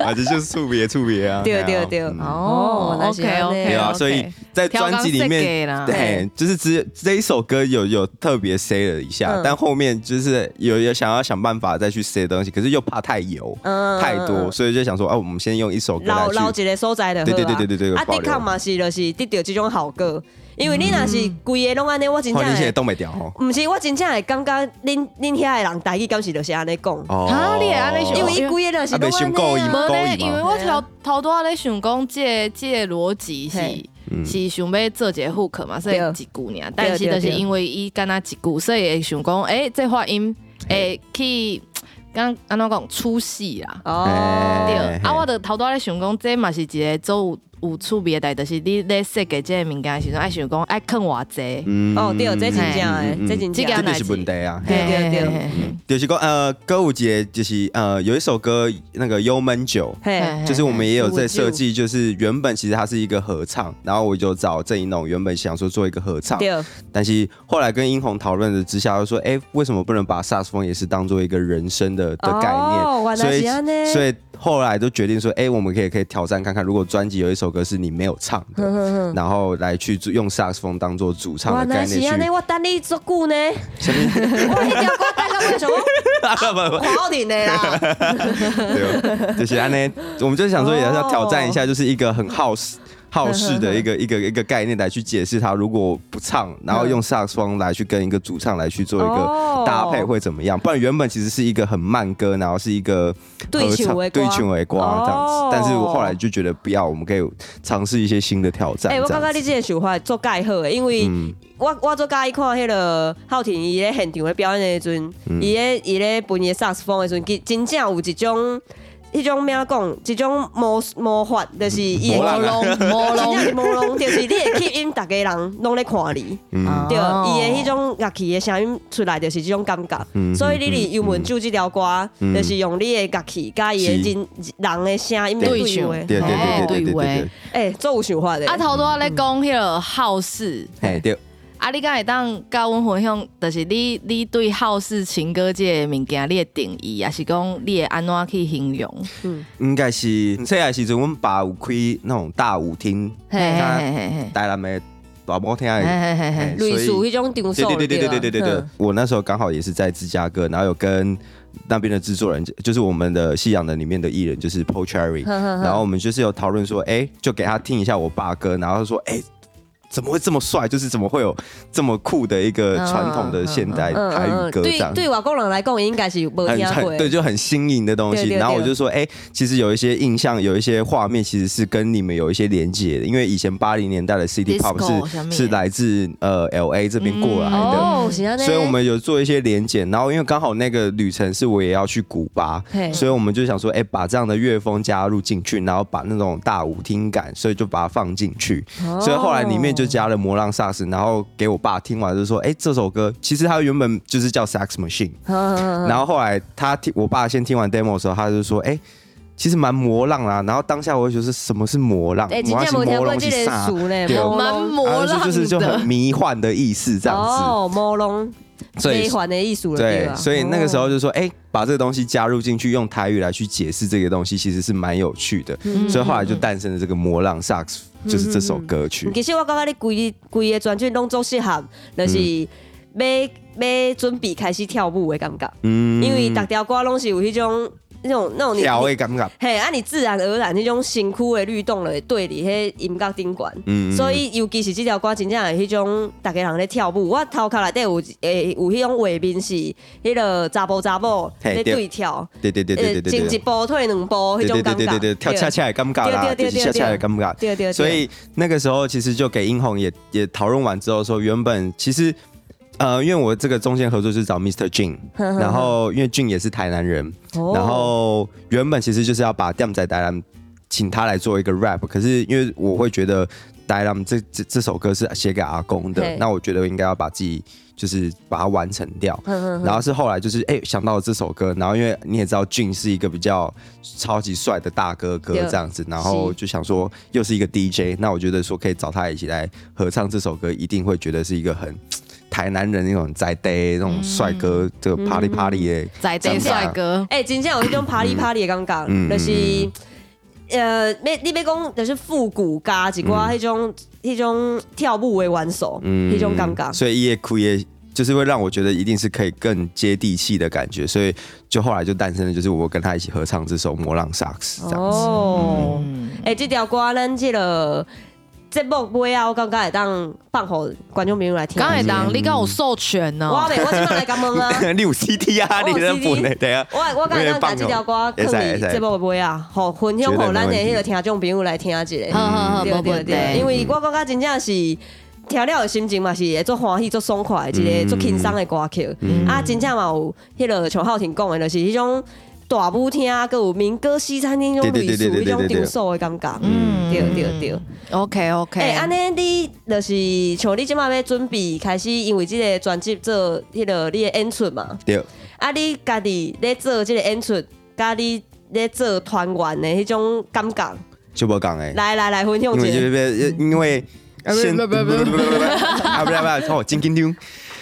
啊，这就是触别触别啊。对嘿啊对对 嗯哦原来是这样对啊， OK，所以在专辑里面，啦，对，就是只这一首歌有有特别塞了一下嗯，但后面就是有有想要想办法再去塞东西，可是又怕太油嗯太多，所以就想说，啊，我们先用一首歌来老老去，一个所在的，对对对对对对啊，保抵留抗嘛是就是得到这种效果，因为你若是规个拢安尼，我真正换你现在会，东北调哦。毋是我真正会感觉恁恁遐的人台语敢是就是安尼讲，啊你也安尼想哦因为伊规个若是哦啊袂拢伤安故尼意啊嘛无高咧，义嘛因为我头头拄仔咧想讲，这个这个逻辑嘿嗯是是想要做一个 hook 嘛，所以对一句尔，但是对就对是对因为伊敢若一句，所以会想讲，诶，这发音会去刚安怎讲出戏啦。对，哦，嘿啊，我就头拄仔咧想讲，这嘛是一个做有有趣味的代，就是你咧设计这个物件的时阵，爱想讲爱坑偌济，嗯哦对，这真正嗯诶嗯嗯，这真这正个的这就是问题啊。对对嘿对嘿嘿嘿就是讲呃，歌舞节就是呃，有一首歌那个《幽闷酒》，嘿，就是我们也有在设计，就是原本其实它是一个合唱，然后我就找郑一农，原本想说做一个合唱，对，但是后来跟殷红讨论的之下，就说，哎、为什么不能把萨克斯风也是当做一个人声的的概念？哦原来所是这样呢以所以后来都决定说，哎、我们可以可以挑战看看，如果专辑有一首歌是你没有唱的，然后来去做用萨克斯风当做主唱原的来概是念安尼，去。我等你足久呢，我迄条歌等到 我想讲不不看好听的啦，对，就是安呢，我们就想说也要挑战一下，就是一个很耗时耗时的一个一个一个概念来去解释它。如果不唱，然后用萨克斯风来去跟一个主唱来去做一哦个搭配会怎么样？不然原本其实是一个很慢歌，然后是一个对合群唱为歌对群为光这样哦子。但是我后来就觉得不要，我们可以尝试一些新的挑战。哎，这我感觉样你子。这个想法做介好诶，因为嗯，我我做介意看迄个浩廷伊咧现场咧表演的时阵，嗯伊咧伊咧分伊萨克斯风的时阵，其真正有一种迄种咩讲，一种魔魔法，就是伊魔会法朦胧朦真 正胧是魔龙，就是你会吸引逐个人拢咧看你，嗯对，哦伊的迄种乐器的声音出来就是即种感觉，嗯所以你哩幽门酒即条歌，嗯就是用你的乐器甲伊的真人的声音来对对唱话，对对对对对对对，哎，做有想法的，啊，头拄仔咧讲迄个好事，哎对，啊，你敢会当甲阮分享，就是你你对好事情歌这个物件，你的定义，也是讲你会安怎去形容？应该是细汉时阵，阮爸有开那种大舞厅，嘿嘿嘿嘿，台南的大波听嘿爱。嘿嘿哎嘿，类似所迄种场对所对对对对对对对，嗯我那时候刚好也是在芝加哥，然后有跟那边的制作人，就是我们的信仰的里面的艺人，就是 Paul Cherry，哼哼哼然后我们就是有讨论说，哎、就给他听一下我八哥，然后他说，哎、怎么会这么帅？就是怎么会有这么酷的一个传统的现代嗯台嗯语嗯歌这对样？对外国人来讲应该是无很听过很的，对，就很新颖的东西。对对对然后我就说，哎、其实有一些印象，有一些画面，其实是跟你们有一些连接的，因为以前八零年代的 City Pop Disco 什么是的是来自呃 L A 这边过来嗯的。哦，是安尼，所以我们有做一些连检，然后因为刚好那个旅程是我也要去古巴嘿，所以我们就想说，哎、把这样的乐风加入进去，然后把那种大舞厅感，所以就把它放进去。哦所以后来里面就加了魔浪萨斯，然后给我爸听完就说，哎、这首歌其实它原本就是叫 Sax Machine，嗯嗯嗯然后后来他听我爸先听完 demo 的时候，他就说，哎、其实蛮魔浪啦、然后当下我就觉得什么是魔浪？哎，真魔浪正是无听魔过浪这是个啥？词呢，对毛蛮龙魔然后就浪是就很的，迷幻的意思这样子。哦，毛龙所以悲欢的艺术了，对吧，所以那个时候哦就说，哎、把这个东西加入进去，用台语来去解释这个东西，其实是蛮有趣的。嗯嗯所以后来就诞生了这个《魔浪萨克斯》，就是这首歌曲。其实我感觉你规规个专辑拢做适合，就是嗯要要准备开始跳舞的感觉，嗯因为逐条歌拢是有迄种那种那种你调味感觉，嘿，啊，你自然而然迄种身躯的律动了，对你迄音乐顶管。嗯所以，尤其是这条歌，真正是迄种逐个人咧跳舞。我头壳内底有诶有迄种画面是迄个查甫查某嘿咧对对跳，呃对对对对对对前一对。步退两步迄对种对对感觉。对对对，跳恰恰的尴尬啦，对就对对是恰恰的尴尬。对对对，所以那个时候其实就给英红也也讨论完之后说，原本其实呃，因为我这个中间合作就是找 Mr. Jin，然嗯后因为 Jin 也是台南人，哦然后原本其实就是要把 d a m 仔呆兰请他来做一个 rap，可是因为我会觉得呆兰这这这首歌是写给阿公的嘿，那我觉得我应该要把自己就是把它完成嗯掉。然后是后来就是哎、想到了这首歌，然后因为你也知道俊是一个比较超级帅的大哥哥对这样子，然后就想说又是一个 DJ，那我觉得说可以找他一起来合唱这首歌，一定会觉得是一个很台南人那种在呆那种帅嗯哥，这个 party party 的在地帅哥，哎、真正有迄种啪里啪里的感觉，嗯就是呃，你你要讲就是复古加一嗯寡迄种迄、种跳舞的元素，迄、种感觉。所以夜哭也就是会让我觉得一定是可以更接地气的感觉，所以就后来就诞生了，就是我跟他一起合唱这首《魔浪萨克斯》这样子。 哦，嗯，哎、这条歌咱这个节目尾啊，我感觉会当放互观众朋友来听。刚才哦当你跟我授权哦呢，我袂，我即摆来感 恩啊。你有 CT 啊？我有你在补 CD 呢？等一下，我我刚才把这条歌放可以伫可以节目尾啊，吼分享互咱的迄个听众朋友来听一下。好好嗯好，对没对问题对，因为我感觉真正是听了的心情嘛是会做欢喜、做爽快的嗯一个做轻松的歌曲。啊，真正嘛有迄落像浩廷讲的，就是迄种大舞厅啊，佮有民歌西餐厅迄种类似迄种场所的感觉。嗯，对对对。 OK OK，诶，哎安尼你就是像你即马要准备开始，因为即个专辑做迄落你的演出嘛，对，啊，你家己咧做即个演出，家己咧做团员的迄种感觉，就不讲哎，来来来分享因为一就下。是因为现不不不不不不不不不不啊不不不，我金金丢。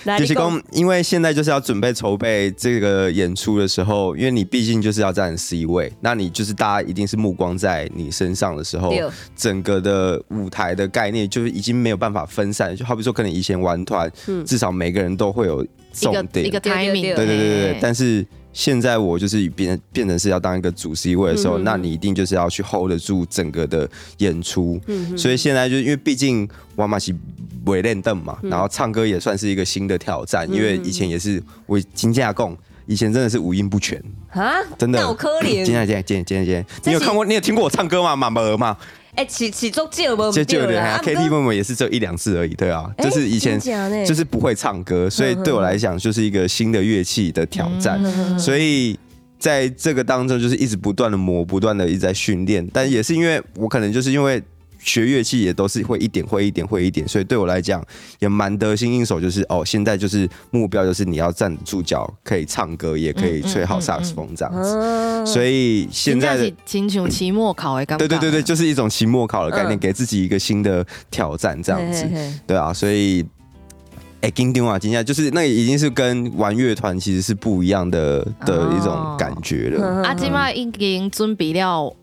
来，就你是讲讲，因为现在就是要准备筹备这个演出的时候，因为你毕竟就是要站 C 位，那你就是大家一定是目光在你身上的时候对，哦整个的舞台的概念就是已经没有办法分散。就好比说，可能以前玩团，至少每个人都会有嗯一重个点，一个对对 timing，对对对对嘿对，但是现在我就是变变成是要当一个主 C 位的嗯时候，那你一定就是要去 hold 得住整个的演出。嗯所以现在就是因为毕竟我嘛是伪练凳嘛，嗯然后唱歌也算是一个新的挑战，因为以前也是我金架供，以前真的是五音不全，啊，真的。那有可 能今天今天今天今天今天，你有这是看过你有听过我唱歌吗？马儿吗？哎，是是足少无毋就就有对点啦，啊 K T 问我也是只有一两次而已，对啊，就是以前哎真假哎嗯呢就是不会唱歌，所以对我来讲就是一个新的乐器的挑嗯战，所以。在这个当中，就是一直不断的磨，不断的一直在训练，但也是因为我可能就是因为学乐器也都是会一点会一点会一点，所以对我来讲也蛮得心应手。就是哦，现在就是目标就是你要站得住脚，可以唱歌，也可以吹嗯好萨克斯风这样子。所以现真在正的是亲像期末考的感觉，对对对对，就是一种期末考的概念，嗯给自己一个新的挑战，这样子，嘿嘿嘿对啊，所以。哎，金丁啊，今天就是那已经是跟玩乐团其实是不一样的的一种感觉了。啊，即摆已经准备了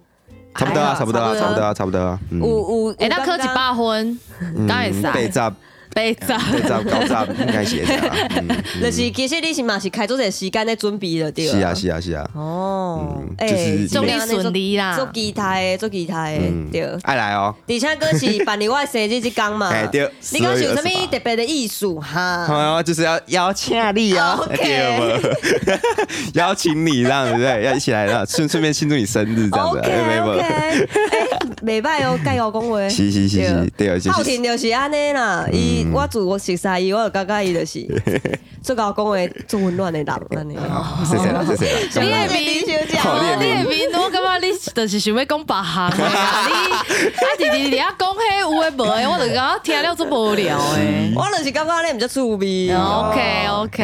差不多啊，嗯还好差不多啊，差不多啊，差不多啊。嗯有有，哎，那科刚几刚百分，当然是被炸、被炸。被炸、高炸，应该写的啊。嗯就是其实你是嘛是开做者时间在准备了， 对了是啊，是啊，是啊。哦嗯，哎就是祝你做顺利啦做吉他的，做吉他的，嗯对。爱来哦。而且哥是办理我的生日这天嘛哎对，你讲是有什12月么28特别的艺术好哈？啊，就是要邀请嗯你哦啊 OK 对不 邀请你这样，对不对？要一起来让顺顺便庆祝你生日这样子，啊 OK 有 OK，有？哎，袂歹 哦，加油讲话。是是是是，嗯对，而且浩婷就是安尼啦，伊我自我熟悉伊，我就感觉伊就是 最高讲话最温暖的人安尼。谢谢啦，谢谢啦，哦你也感比林小姐哦好哦，你面的面，我感觉你就是想要讲别行的啊！你啊，弟弟弟啊，讲迄有诶无诶，我就感觉听了足无聊诶。我就是感觉安尼毋较趣味。哦 OK OK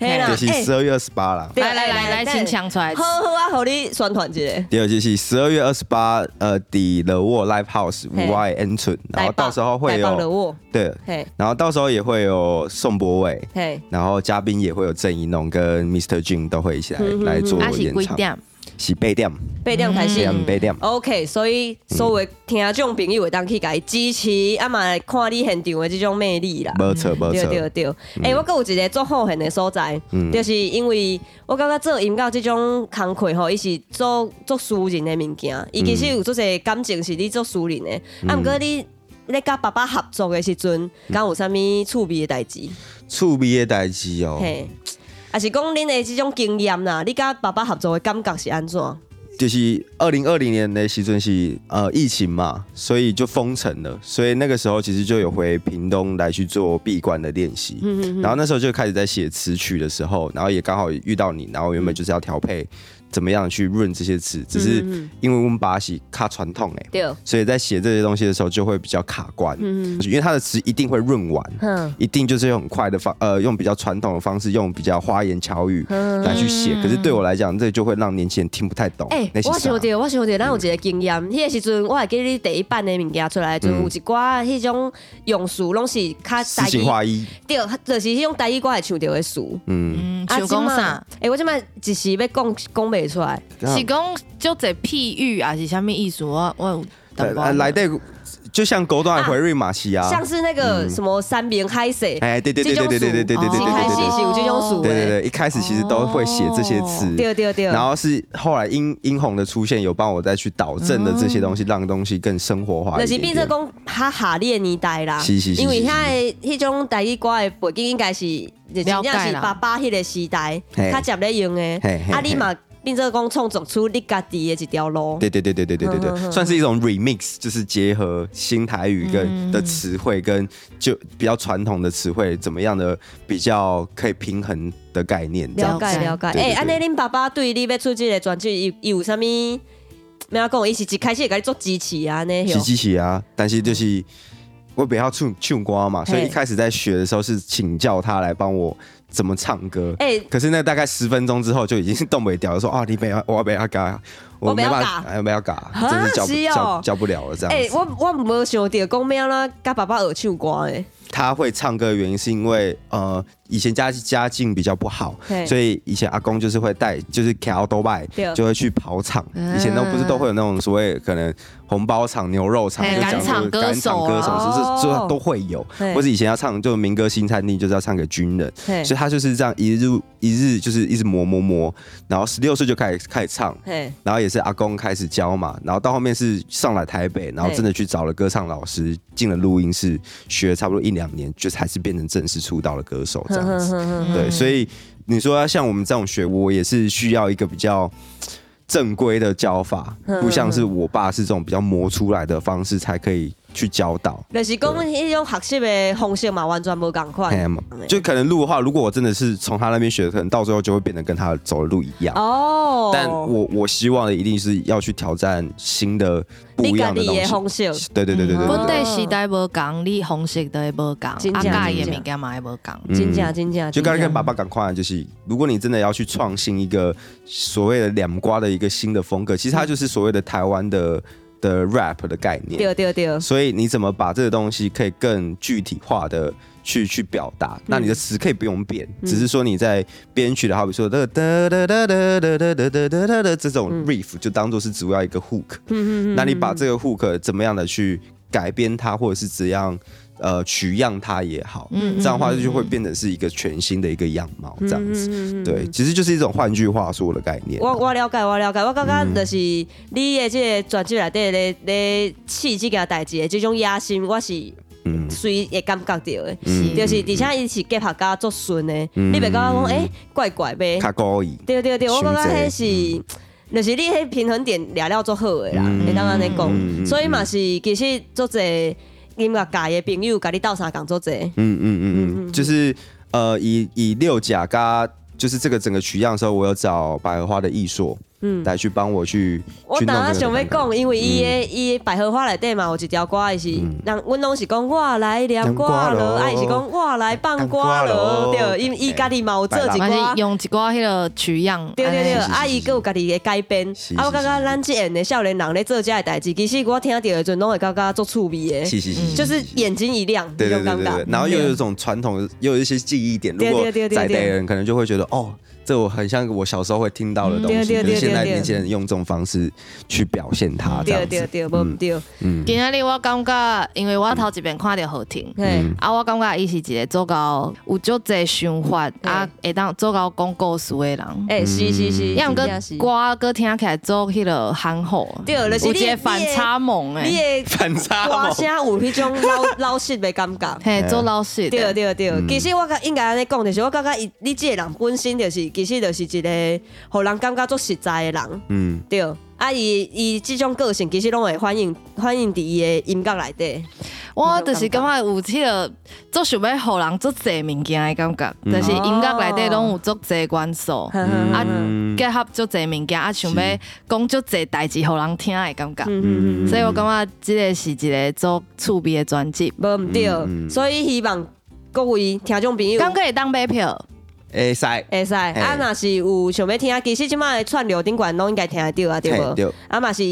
嘿啦 OK，谢就是十二月二十八啦。对来来来来，请抢出来好。好啊，互你宣传一下。第二就是十二月二十八，呃，底 The Wall Live House 嘿五 Y N 寸，然后到时候会台哦北的有我，对，嘿然后到时候也会有宋博伟，嘿，然后嘉宾也会有郑怡农跟 Mr. Jin 都会一起来来做啊是演几唱，点？是八点，八点开八始。点八点。 OK，所以所有的听众朋友会当去甲伊支持，啊嘛来看你现场的这种魅力啦。没错，没对错，对对，诶、我阁有一个做好现的所在，嗯就是因为我感觉做音乐这种工课吼，伊是做做私人的物件，伊其实嗯有做些感情是你做私人的，啊，毋过你咧甲爸爸合作的时嗯阵，敢有啥物趣味的代志？触鼻的代志哦，嘿，啊是讲恁的这种经验啦，你甲爸爸合作的感觉是安怎？就是二零二零年的时阵是呃疫情嘛，所以就封城了，所以那个时候其实就有回屏东来去做闭关的练习，然后那时候就开始在写词曲的时候，然后也刚好遇到你，然后原本就是要调配怎么样去润这些词，只是因为我们把戏卡传统哎、对，所以在写这些东西的时候就会比较卡关，因为他的词一定会润完，嗯一定就是用很快的方，呃，用比较传统的方式，用比较花言巧语来去写。可是对我来讲，这就会让年轻人听不太懂。诶、那嗯是哎我啥想着，我想着，咱有一个经验，迄个时阵我会记你第一版的物件出来，就有一寡迄种用词拢是较诗情画意，对，就是迄种台语我会想到的词。嗯，嗯，啊想讲啥？？诶、欸，我即摆一时要讲讲袂出来，是讲就这譬喻啊，是啥物意思？我我有淡薄呃来对，就像狗短回瑞马西亚，啊像是那个什么三明海蛇，啊哎，对对对对对对对对对对对一对开始对是有这种词的，哦对对对，一开始其实都会写这些词，对对对，然后是后来英英红的出现，有帮我再去导正的这些东西，让东西更生活化就一是点变成点。讲哈哈你的年代啦，是是是因为是是遐的迄种台语歌的背景应该是，就真了正解是啦爸爸迄个时代，嘿较接咧用的嘿，嘿啊你嘿嘛变成讲创作出你家己的一条路，对对对对对对对对，算是一种 remix，就是结合新台语跟的词汇跟就比较传统的词汇，怎么样的比较可以平衡的概念这了样。解这了样解，对对诶，对安尼恁爸爸对你要出这个专辑，伊伊有啥物？咩要讲，伊是一开始会甲你做支持啊，安尼是机器啊，但是就是我比较唱唱歌嘛，所以嘿一开始在学的时候是请教他来帮我怎么唱歌。哎可是那大概十分钟之后就已经是动不了了，说啊，你不要，我不要嘎，我不没要办法，嘎哎，不要嘎，真是教不是哦教教不了了这样子。诶、欸我我无想到讲咩啦，甲爸爸学唱歌诶，他会唱歌的原因是因为呃，以前家家境比较不好对，所以以前阿公就是会带，就是卡多拜对，就会去跑场。嗯以前都不是都会有那种所谓可能红包场、牛肉场，嘿就讲赶场歌赶手场啊歌手，哦是是就都会有对。或者以前要唱就民歌新餐厅，就是要唱给军人，嘿所以他就是这样一日一日就是一直磨磨磨，然后十六岁就开始开始唱，嘿，然后也是阿公开始教嘛，然后到后面是上来台北，然后真的去找了歌唱老师，进了录音室，学了差不多一两年，就才是变成正式出道的歌手这 嗯样子。嗯对，所以你说要像我们这种学，我也是需要一个比较正规的教法，不像是我爸是这种比较磨出来的方式才可以去教导。就是讲迄种学习的方式嘛，完全无共哎款。呀就可能录的话，如果我真的是从他那边学的，可能到最后就会变得跟他走的路一样。哦，但我我希望的一定是要去挑战新的不一样的你家己的东方西式。对对对对对本对地时代无共，你方式都会无共，啊，真正教伊的真正物件嘛会无共。真正真正，嗯就刚才真跟正爸爸赶快，就是如果你真的要去创新一个所谓的两瓜的一个新的风格，其实它就是所谓的台湾的。的 rap 的概念。对对对，所以你怎么把这个东西可以更具体化的去去表达？那你的词可以不用变，只是说你在编曲的，好比说的哒哒哒哒哒哒哒哒哒哒哒这种 riff，就当做是主要一个 hook。嗯嗯那你把这个 hook 怎么样的去改编它，或者是怎样？呃，取样它也好，这样的话就会变成是一个全新的一个样貌，这样子。对，其实就是一种换句话说的概念。我我了解，我了解，我感嗯觉就是你的这个专辑内底咧咧试这件代志的这种野心，我是嗯随会感觉到的，嗯就是而且伊是结合甲足顺的，你袂感觉讲诶怪怪呗？卡高伊，对对对，我感觉想者迄是，就是你迄平衡点抓了足好诶啦，会当安尼嗯嗯嗯讲，嗯所以嘛是其实足侪音乐界诶朋友甲你斗相共足侪，嗯嗯嗯嗯，就是呃，以以六甲嘎，就是这个整个取样的时候，我有找百合花的艺硕，嗯，来去帮我去我去弄当下这个想要感觉嗯讲，因为伊的伊的百合花内底嘛有一条歌，伊是人，阮拢是讲我来念歌念歌咯，嗯咯啊伊是讲我来放歌咯，放歌咯哎对，伊伊家己嘛有做一嘛寡是。用一寡迄个取样，对对对，安尼哎是是啊伊是佫有家己的改编是，啊我是感觉是咱即样的少年人咧做遮的代志，其实我听到的阵拢会感觉足趣味的，是是嗯是，就是眼睛一亮，对对那对种对感对觉，。然后又有一种传统，又有一些记忆点。如对嗯果对对对在代对人可能就会觉得，哦，这我很像我小时候会听到的东对西，嗯对可是对现在对年轻人用这种方式去表现它，这对样对子。嗯对，无毋对，今仔日我感觉，因为我头一遍看着好听。嘿，嗯啊，我感觉伊是一个做到有足侪想法，嗯啊，会当做到讲故事的人。嗯诶，哎是是是，嗯要毋真过正是歌歌听起来做迄落憨厚，对就是有你一个反差欸萌你诶，的 反差歌萌，声有迄种 老老实的感觉。嘿，做老实对的，对对，嗯其实我感应该安尼讲，就是我感觉伊你即个人本身就是，其实就是一个互人感觉足实在的人，嗯，对。啊，伊伊即种个性其实拢会反映反映伫伊的音乐内底，我就是感觉有迄落做想要互人做侪物件的感觉，但是音乐内底拢有足侪元素，啊嗯，结合足侪物件，啊，想要讲足侪代志互人听的感觉。嗯嗯嗯，所以我感觉即个是一个做趣味的专辑，无毋对，嗯所以希望各位听众朋友。感觉会当买票，哎塞，会使啊，若是有想要听啊，其实即摆的串流顶管拢应该听得到啊，对嘿无？对啊嘛是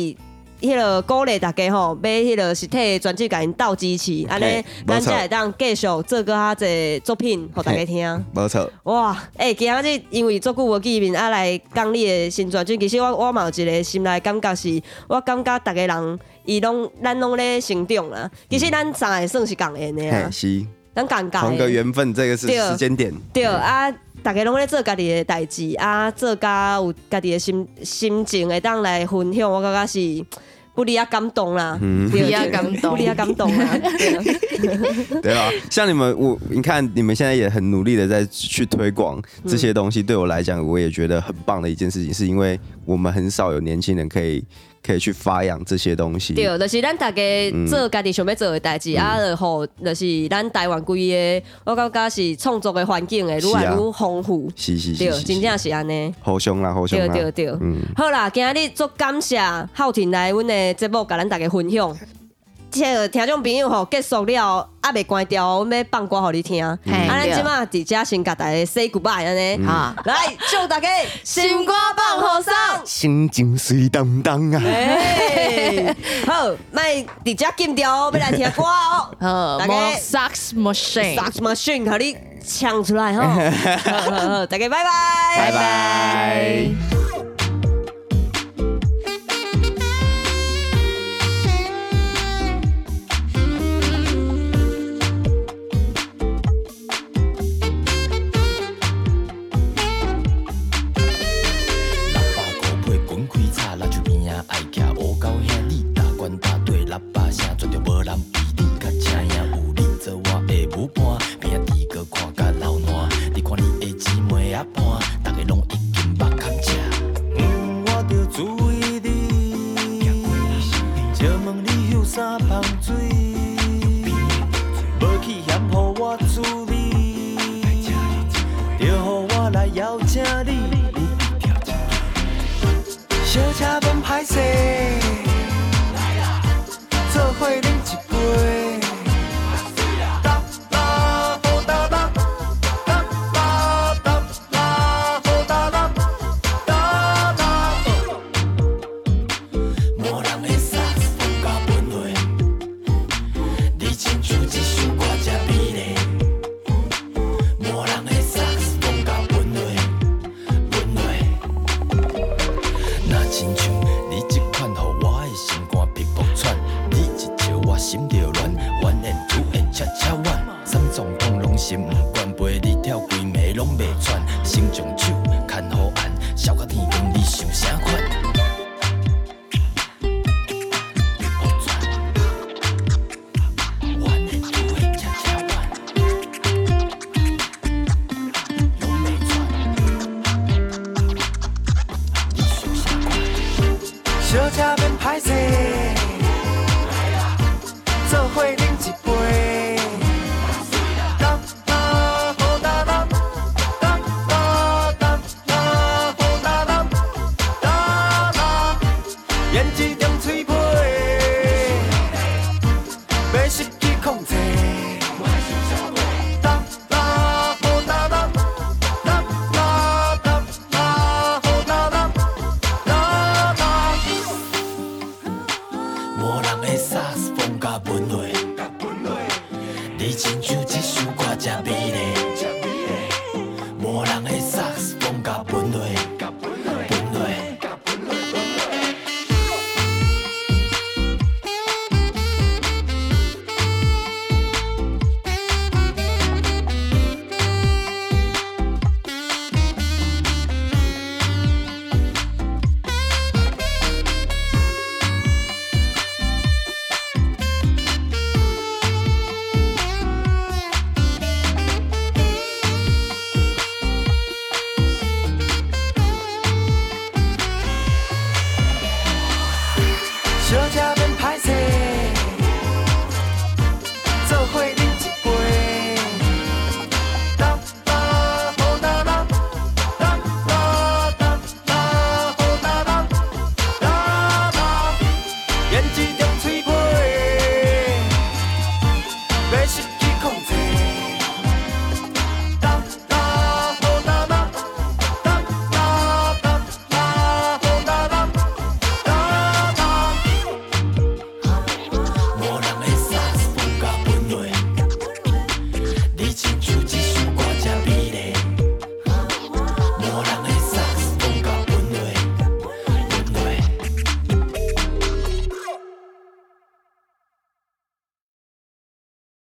迄落鼓励大家吼，买迄落实体的专辑，甲因斗支持，安尼嘿咱没错才会当继续做搁较侪作品，互大家听。没错，哇，诶、今仔日因为足久无见面，啊来讲你的新专辑，其实我我嘛有一个心内感觉是，我感觉逐个人伊拢咱拢咧成长啦，其实咱三个算是共缘的嗯嘿啦，是咱共尬同个缘分，这个是啊对时间点，对啊，大家拢咧做家己的代志啊，做家有家己的心心情会当来分享，我感觉是不离啊感动啦，嗯不不离啊感动不离啊感动 啦，对 对吧？像你们，我你看，你们现在也很努力的在去推广这些东西，对我来讲，我也觉得很棒的一件事情，是因为我们很少有年轻人可以可以去发扬这些东西。对，就是咱大家嗯做家己想要做的代志啊，然后就是咱台湾规个，我感觉是创作的环境会愈来是啊愈丰富，是是对是，，是真正是安尼。好凶啦，好凶对啦，对对，嗯好啦，今日足感谢浩廷来阮的节目，甲咱大家分享。这个听众朋友吼，结束了还袂关掉，阮要放歌互你听。啊，嘿咱对即马伫遮先甲大家 say goodbye 安尼，哈。来祝大家新歌放好送。心情水当当啊！哎，好，莫伫遮禁掉哦，要来 听歌哦呃大家，More Sucks Machine。 Sucks machine，互你唱出 来吼。好好好，大家拜拜，拜拜。喇叭鼓配滚开吵，垃圾边仔爱徛乌狗兄弟，大官大队喇叭声，绝对无人比你较请呀。有你做我的舞伴，拼猪哥看甲流汗，你看你的姊妹仔伴，大家拢已经目空赤。嗯，我着注意你，借问你休啥香水？无去嫌乎我处理，着乎我来邀请你。小车免歹势，做伙饮一杯，搭搭你亲像这首歌真美丽。